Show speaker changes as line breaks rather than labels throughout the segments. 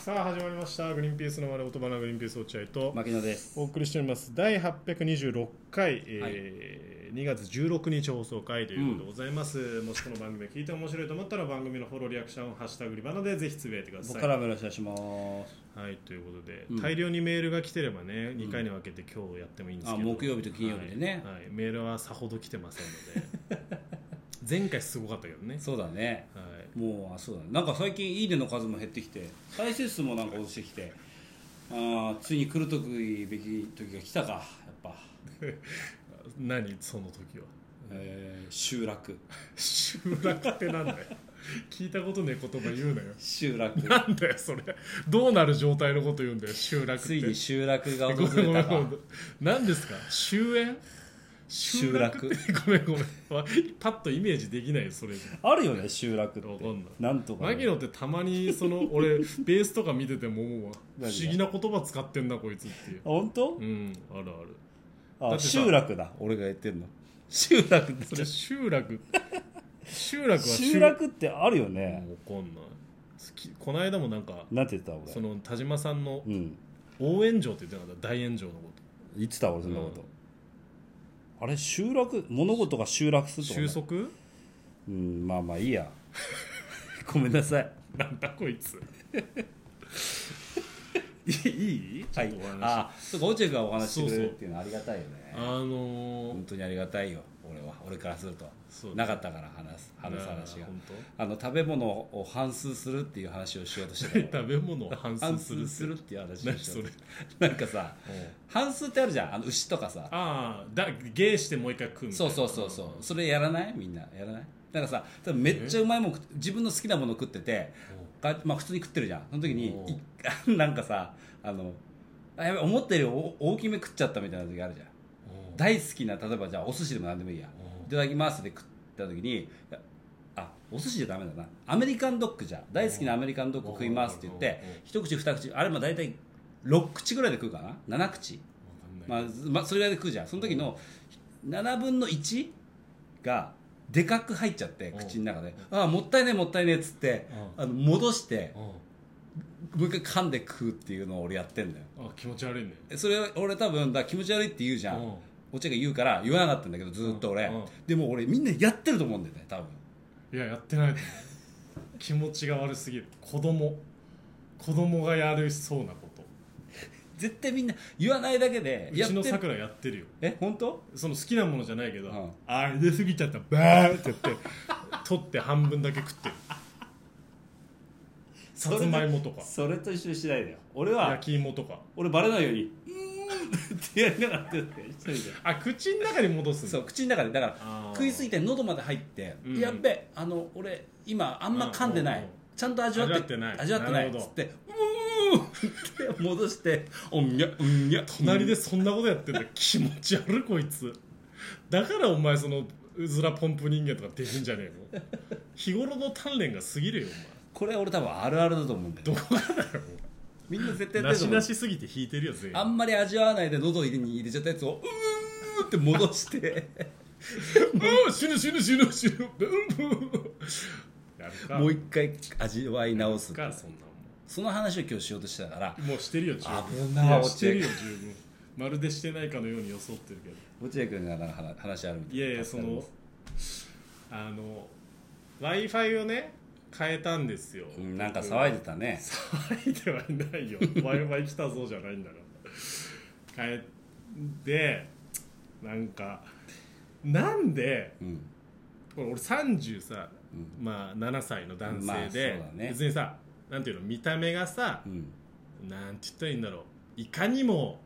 さあ始まりました「グリーンピースの丸音花グリーンピース落合」と
牧野です
お送りしております第826回、えー2月16日放送回ということでございます、もしこの番組を聞いて面白いと思ったら番組のフォローリアクション「ハッシュタグリバナ」でぜひつぶやいてくださ
僕
い
からもよろしくお願いします
はいということで、
うん
大量にメールが来てればね2回に分けて今日やってもいいんですけど、
あ木曜日と金曜日でね
はいはいメールはさほど来てませんので 前回すごかったけどね
そうだね
はい
もうあそうだねなんか最近いいねの数も減ってきて再生数もなんか落ちてきてああついに来るときべき時が来たかやっぱ、
何その時は
えー、集落
集落ってなんだよ聞いたことねえ言葉言うなよ
集落
なんだよそれどうなる状態のこと言うんだよ集落って
ついに集落が
ご
訪
めんごめ
れ
ん
た
ごめ
か
ん何ですか終焉
集
集落
落
ってごめんごめんわパッとイメージできないよそれじ
あるよね集落って
わかんない
なんと
ゃ
かね、
牧野ってたまにその俺ベースとか見てても思うわ不
何が
思議な言葉使ってんなこいつっていう
あ本当、
うんあるあるだっ
あ
てさ
集落だ俺が言ってんの集落って
それ集落集落は
集落ってあるよね、
わかんない好きこの間もなんか
なんて言ってた俺
その田島さんの
うん
応援状って言ってなかった大炎上のこと
言ってた俺そんなこと、
うん
あれ集落物事が集落するとかね
収束
うんまあまあいいやごめんなさい
なんだこいついいいちょ
は
っ
い
とお話、
あそうか落合君がお話ししてくれ
そう
る
そう
っていうのはありがたいよ
あ
ね
のー
本当にありがたいよ俺は俺からすると
そう
なかったから話す話
な
す話が
あ本
あの食べ物を反数するっていう話をしようとして
当
た
食べ物を反
反
数する
数する
っ
ってていう話を
何
し
そ
よう
れ
となんかさ反数ってあるじゃんあの牛とかさ
ああだゲーしてもう一回食うみたい
そう
な
そうそうそうそれやらないみんなやらないだからさ多分めっちゃうまいもん食って自分の好きなもの食っててか、まあ、普通に食ってるじゃんその時に
お
い なんかさあのあやべ思ったよりお大きめ食っちゃったみたいな時あるじゃん
うん
大好きな例えばじゃあお寿司でも何でもいいや
うん
いただきますで食った時にいやあお寿司じゃダメだなアメリカンドッグじゃん大好きなアメリカンドッグ食いますって言って
うん
一口二口あれも大体6口ぐらいで食うかな7口
わかんな
まあ
い、
まあ、それぐらいで食うじゃんその時の7分の1がでかく入っちゃって
うん
口の中でああもったいねえもったいねえっつって
うん
あの戻して
うん
もう一回噛んで食うっていうのを俺やってんだよ
あ気持ち悪いね
えそれ俺多分だ気持ち悪いって言うじゃ
うん
んお茶が言うから言わなかったんだけどずーっと俺
うんうん
でも俺みんなやってると思うんだよね多分
いややってない気持ちが悪すぎる子供子供がやるそうなこと
絶対みんな言わないだけで
う
や
ちの
って
さく
る
らやってるよ
え本当
その好きなものじゃないけど、
うん
あれ出過ぎちゃったバーって言って取って半分だけ食ってるさつまいもとか
それと一緒にしないでよ俺
焼き芋とか
俺バレないように「うーん」ってやりながらやってる一人で
あ口の中に戻すんだ
そう口の中でだから
あー
食いすぎて喉まで入って、
うん
やっべあの俺今あんま噛んでな
う
い、
んうんうん
ちゃんと味わっ
味わって
て
ない
味わってない
なるほ
つ
ど
ってうーんって 戻しておんにゃうんにゃ
隣でそんなことやってんだ気持ち悪いこいつだからお前そのうずらポンプ人間とかできんじゃねえの日頃の鍛錬が過ぎるよ
これ俺多分あるあるだと思うんだよ
どこ
がだよみんな絶
お前
対や
な
ってると
し
思う
なしすぎて引いてるよ全員
あんまり味わわないで喉入れに入れちゃったやつをうーんって戻して
うん死ぬ死ぬ死ぬ死ぬうんうんやるか
もう一回味わい直す
かそんな
その話を今日しようとしてたから
もんもうしてるよ十分
危ない
いや
落
し
ちて
て
る
るよ十分まるでしてないかのように装ってるけど
落合君がなんか話話あるみたい
いやいやそのあの w i f i をね変えたんですよ、
うんなんか騒いでたね
騒いではいないよ w i f i 来たぞじゃないんだから変えでなんかなんで
うん
これ俺30さ、
う
まあ、7歳の男
ま
性
あそう
で、
だね
別にさなんていうの見た目がさ
う、ん
なんて言ったらいいんだろういかにも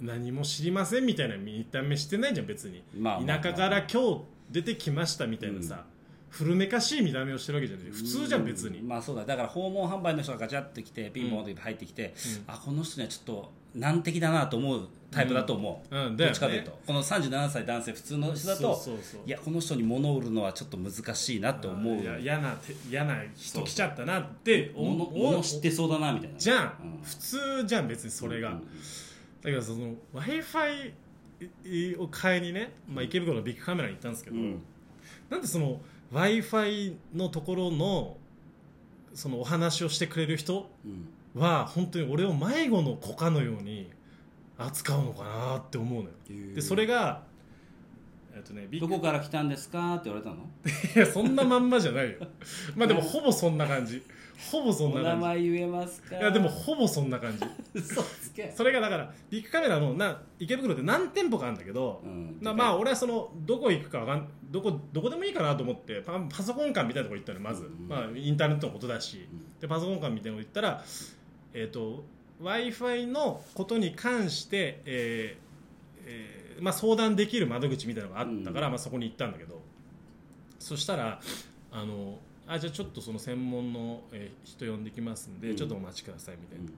何も知りませんみたいな見た目してないじゃん別に、
まあまあまあ
田舎から今日出てきましたみたいなさ、古めかしい見た目をしてるわけじゃない普通じゃん別に、
まあそうだだから訪問販売の人がガチャってきてピンポンって入ってきて、あこの人にはちょっと難敵だなと思うタイプだと思う、
うんうんだ
ど
よね
っちかというとこの37歳男性普通の人だと
そうそうそう
いやこの人に物を売るのはちょっと難しいなと思う
いや嫌なて嫌な人来ちゃったなって思
物物知ってそうだなみたいな
じゃん、
うん
普通じゃん別にそれが、
うんうん
だけどその w i f i を買いにね、まあ、池袋のビッグカメラに行ったんですけ
う
ど、
ん
なんでその w i f i のところのそのお話をしてくれる人
うん
w は本当に俺を迷子の子かのように扱うのかなって思うのよでそれがえっとねビッ
ど
グ
こから来たんですかって言われたの
いやそんなまんまじゃ ないよまあでもほぼそんな感じほぼそん
お
な
名
感じ
前言えますか
いやでもほぼそんな感じ
嘘つけ
それがだからビッグカメラのな池袋って何店舗かあるんだけど、
うん
なまあ俺はそのどこ行くかわかんどこどこでもいいかなと思ってパパソコン館みたいなとこ行ったのまず、
うん
まあ、インターネットのことだし、
うん
でパソコン館みたいなとこ行ったら、えっと w i f i のことに関して、えーえーまあ、相談できる窓口みたいなのがあったから、
うん
まあ、そこに行ったんだけどそしたらあのあじゃあちょっとその専門の、えー人呼んできますんで、
うん
ちょっとお待ちくださいみたいな。
うん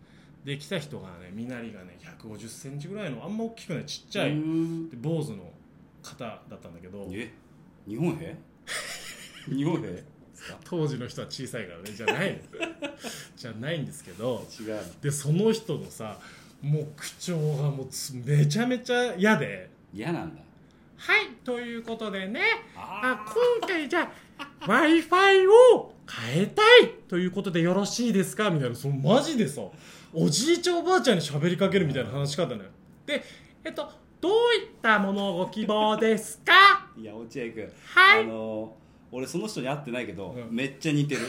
で来た人がね身なりがね1 5 0ンチぐらいのあんま大きくないちっちゃい、
うん
で坊主の方だったんだけど
え日本兵日本兵ですか
当時の人は小さいからねじゃない のじゃないんですけど
違う
でその人のさもう口調がもうつめちゃめちゃ嫌で
嫌なんだ
「はいということでね
あ
あ今回じゃあ w i f i を変えたいということでよろしいですかみたいなそのマジでさおじいちゃんおばあちゃんに喋りかけるみたいな話し方なのよでえっとどういったものをご希望ですか
いや落合君
はい
あのー俺その人に会ってないけど、
うん
めっちゃ 似てる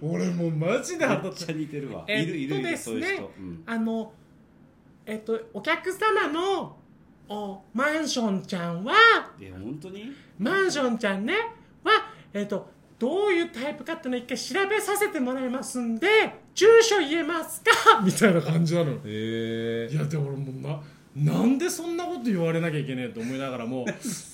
俺もうマジで
め
腹
っ
立
ちゃ
つ
似てるわ
え
いるいるい
えっとです
る、
ね
そういう人、うん
あのえっとお客様のおマンションちゃんは
え本当に
マンションちゃんねはえっとどういうタイプかっていうのを一回調べさせてもらいますんで住所言えますか みたいな感じなの
へ
いやでも俺もうななんでそんなこと言われなきゃいけねえと思いながら も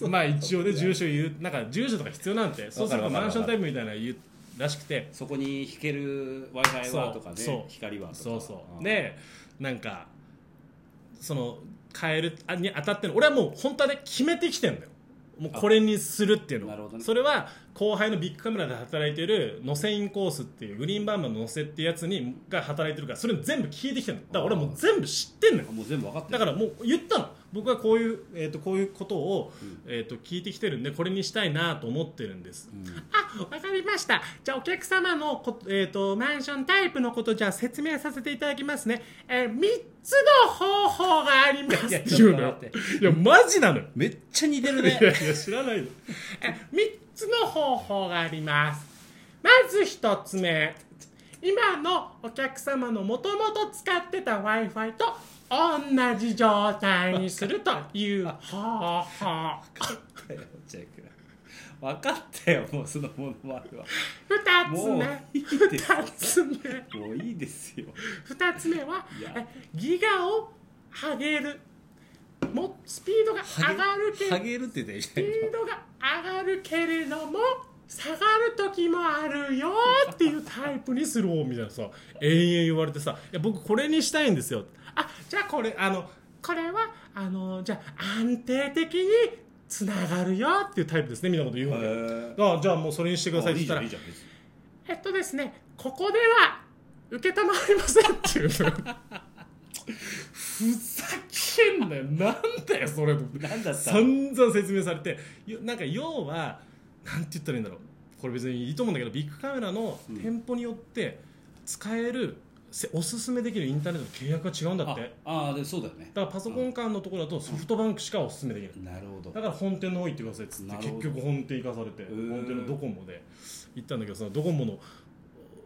まあ一応ね住所言うなんか住所とか必要なんてそうすると
わかるわかる
マンションタイプみたいなの言うらしくて
そこに引ける w i f i はとかね
そうそう
光はとか
そうそ
あ
う
ー
でなんかその変えるあに当たっての俺はもう本当はね決めてきてんだよもうこれにするっていうのを
なるほどね
それは後輩のビッグカメラで働いてるのせインコースっていうグリーンバーマンののせっていうやつにが働いてるからそれ全部聞いてきてんのだから俺はもう全部知ってんのよ
あもう全部分かって
だ
る
からもう言ったの僕はこういう、えー、とこういうことを、
うん
えー、と聞いてきてるんでこれにしたいなと思ってるんです
うん
あ、わかりました。じゃあお客様のこ、えー、とマンションタイプのことじゃあ説明させていただきますね。えー、3つの方法があります
いやいや
っていうの
ちょっ
よ
と待っ
いや、マジなのよ。
めっちゃ似てる
いや
ね
いや、知らないの。え3つの方法があります。まず1つ目。今のお客様のもともと使ってた Wi-Fi と同じ状態にするという方法。
落合君分かったよもうそのものまでは
2つ
もう
目。
いいです
2つ目。
もういいですよ
2つ目はい
や
えギガを上げるもスピードが上がるけ
ハ
ス
ゲるって言った
ピ
らいいじ
ードが上がるけれども下がる時もあるよっていうタイプにするみたいなさ延々言われてさ「いや僕これにしたいんですよ」あじゃあこれあのこれはあのじゃあ安定的につながるよっていうタイプですねみたいなこと言う
ゃ
わ
ん
けよ
へ
あじゃあもうそれにしてくださ
ー
い
あ
って言っ
いいじ
た
ゃ
ら
んいいじゃん別に
えっとですね、ここでは承りませんっていうの ふざけんなよ、なんだよ、それと。
何だったの
散々説明されて、よなんか要は、なんて言ったらいいんだろう、これ別にいいと思うんだけど、ビッグカメラの
うん
店舗によって、使える、せおすすめできるインターネットの契約が違うんだって。だか
ああーでそうだよね
らパソコン間のところだとソフトバンクしかおすすめできない。
なるほど
だから本店の方行ってくださいっつって
なるほ
結
ど
局本店行かされて
ー
本店のドコモで行ったんだけどそのドコモの、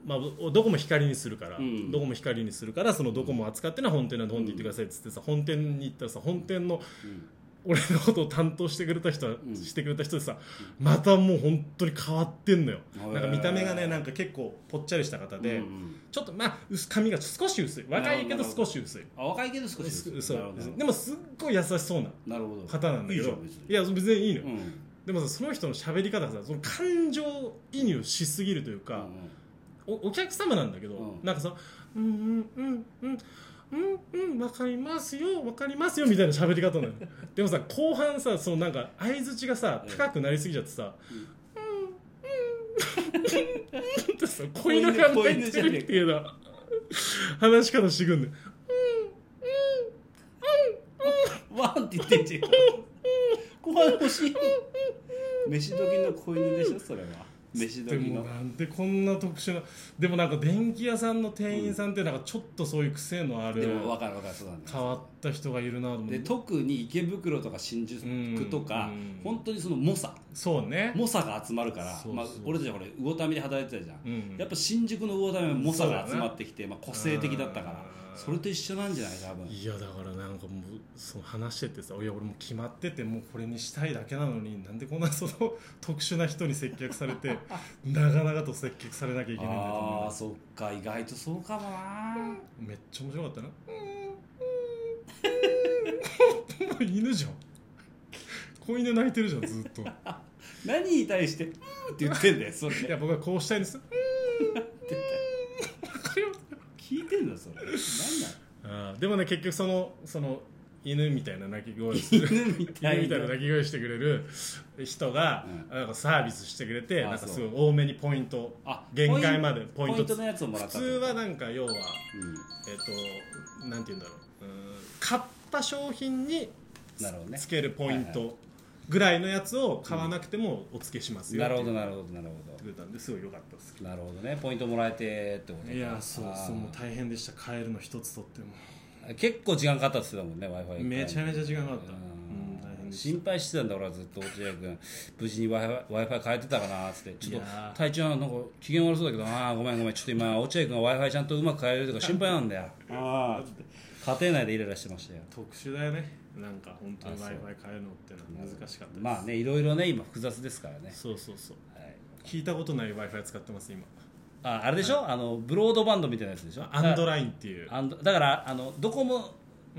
まあ、ドコモ光にするから、
うん
ドコモ光にするからそのドコモ扱ってのは本店なんで本店行ってくださいっつってさ本店に行ったらさ本店の
うん
俺のことを担当してくれた人は、
うん
してくれた人でさまたもう本当に変わってんのよ
へー
なんか見た目がねなんか結構ぽっちゃりした方で、
うんうん
ちょっとまあ薄髪が少し薄い若いけど少し薄い
あ若いけど少し
薄
ず
く
つ
そうで
な
もすっごい優しそうな
るほど
方なんだけど
いいじゃん別に
いや別にいいのよ、
うん
でもさその人の喋り方がさその感情移入しすぎるというか、おお客様なんだけど、
うん
なんかさ「うんうんうんうんうんうんわかりますよわかりますよ」みたいな喋り方な のでもさ後半さそのなんか相づちがさ
うん
高くなりすぎちゃってさ「
う
うんんうんうん」ってさ子 犬が歌いてるっていうような話し方してくんのよ
うんワンって言ってんじゃん後半欲しい飯時の子犬でしょそれは飯
で
時
も
の
なんでこんな特殊なでもなんか電気屋さんの店員さんってなんかちょっとそういう癖のある
でも分かる分かるそうなんだよ
変わった人がいるなと思っ
で
て
特に池袋とか新宿とか、
うん
本当にその猛者
そうね
猛者が集まるから
そうそう
まあ、俺たちはこれ魚民で働いてたじゃん、
うん
やっぱ新宿の魚民は猛者が集まってきて、まあ、個性的だったから
うん
それと一緒なんじゃない多分
いやだからなんかもうその話しててさいや俺もう決まっててもうこれにしたいだけなのになんでこんなその特殊な人に接客されて なかなかと接客されなきゃいけないんだと
あ
思
あそっか意外とそうかもな
うめっちゃ面白かったな犬じゃん子犬泣いてるじゃんずっとい
何に対して「うん」って言ってんだよそれ
や僕はこうしたいんです
聞いてんだよそれ何
あーでもね結局そのその犬みたいな鳴き声をする
なの犬みた
犬
い
みた
ない
な鳴き声してくれる人が、なんかサービスしてくれて
あ
なんかす
そ
ごい多めにポイント
あ
限界までポ
ポ
イ
イ
ン
ン
ト
トのやつをもら
普
っ
通
たってこと
はなんか要は
う
えっ、となんて言うんだろううーん買った商品に
んなるほどね
つけるポイン
は
トぐらいのやつを買わなくてもお付けしますよ
なるほ
って
どなるほどなるほど
言ってくれたんですごい良かったです
なるほどねポイントもらえてってことか
いやそうそうもう
あ
大変でした帰るの一つとっても
ー結構時間かかったっつってたもんね w i f i
めちゃめちゃ時間かかっ
う
た、うん、大変
ん
でした
心配してたんだ俺はずっと落合君無事に w i f i 変えてたかなっつってちょ
い
っと
やー
体調なんか機嫌悪そうだけどああごめんごめんちょっと今落合君が w i f i ちゃんとうまく変えれるとか心配なんだよああ家庭内でイライラしてましたよ
特殊だよねなんか本当に
あ
w
そう
i f i 変えるのってのは難しかったです
まあねいろいろね今複雑ですからね、
そうそうそう
はい、
聞いたことない w i f i 使ってます今
ああれでしょ、あのブロードバンドみたいなやつでしょ
アンドラインっていう
アンドだからあのどこも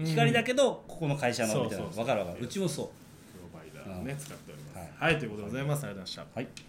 光だけど、ここの会社のみたいな
そうそうそう
わかるわかるうちもそう
プロバイダーをね使っております
は
はい、ということでございますありがとうございました
はい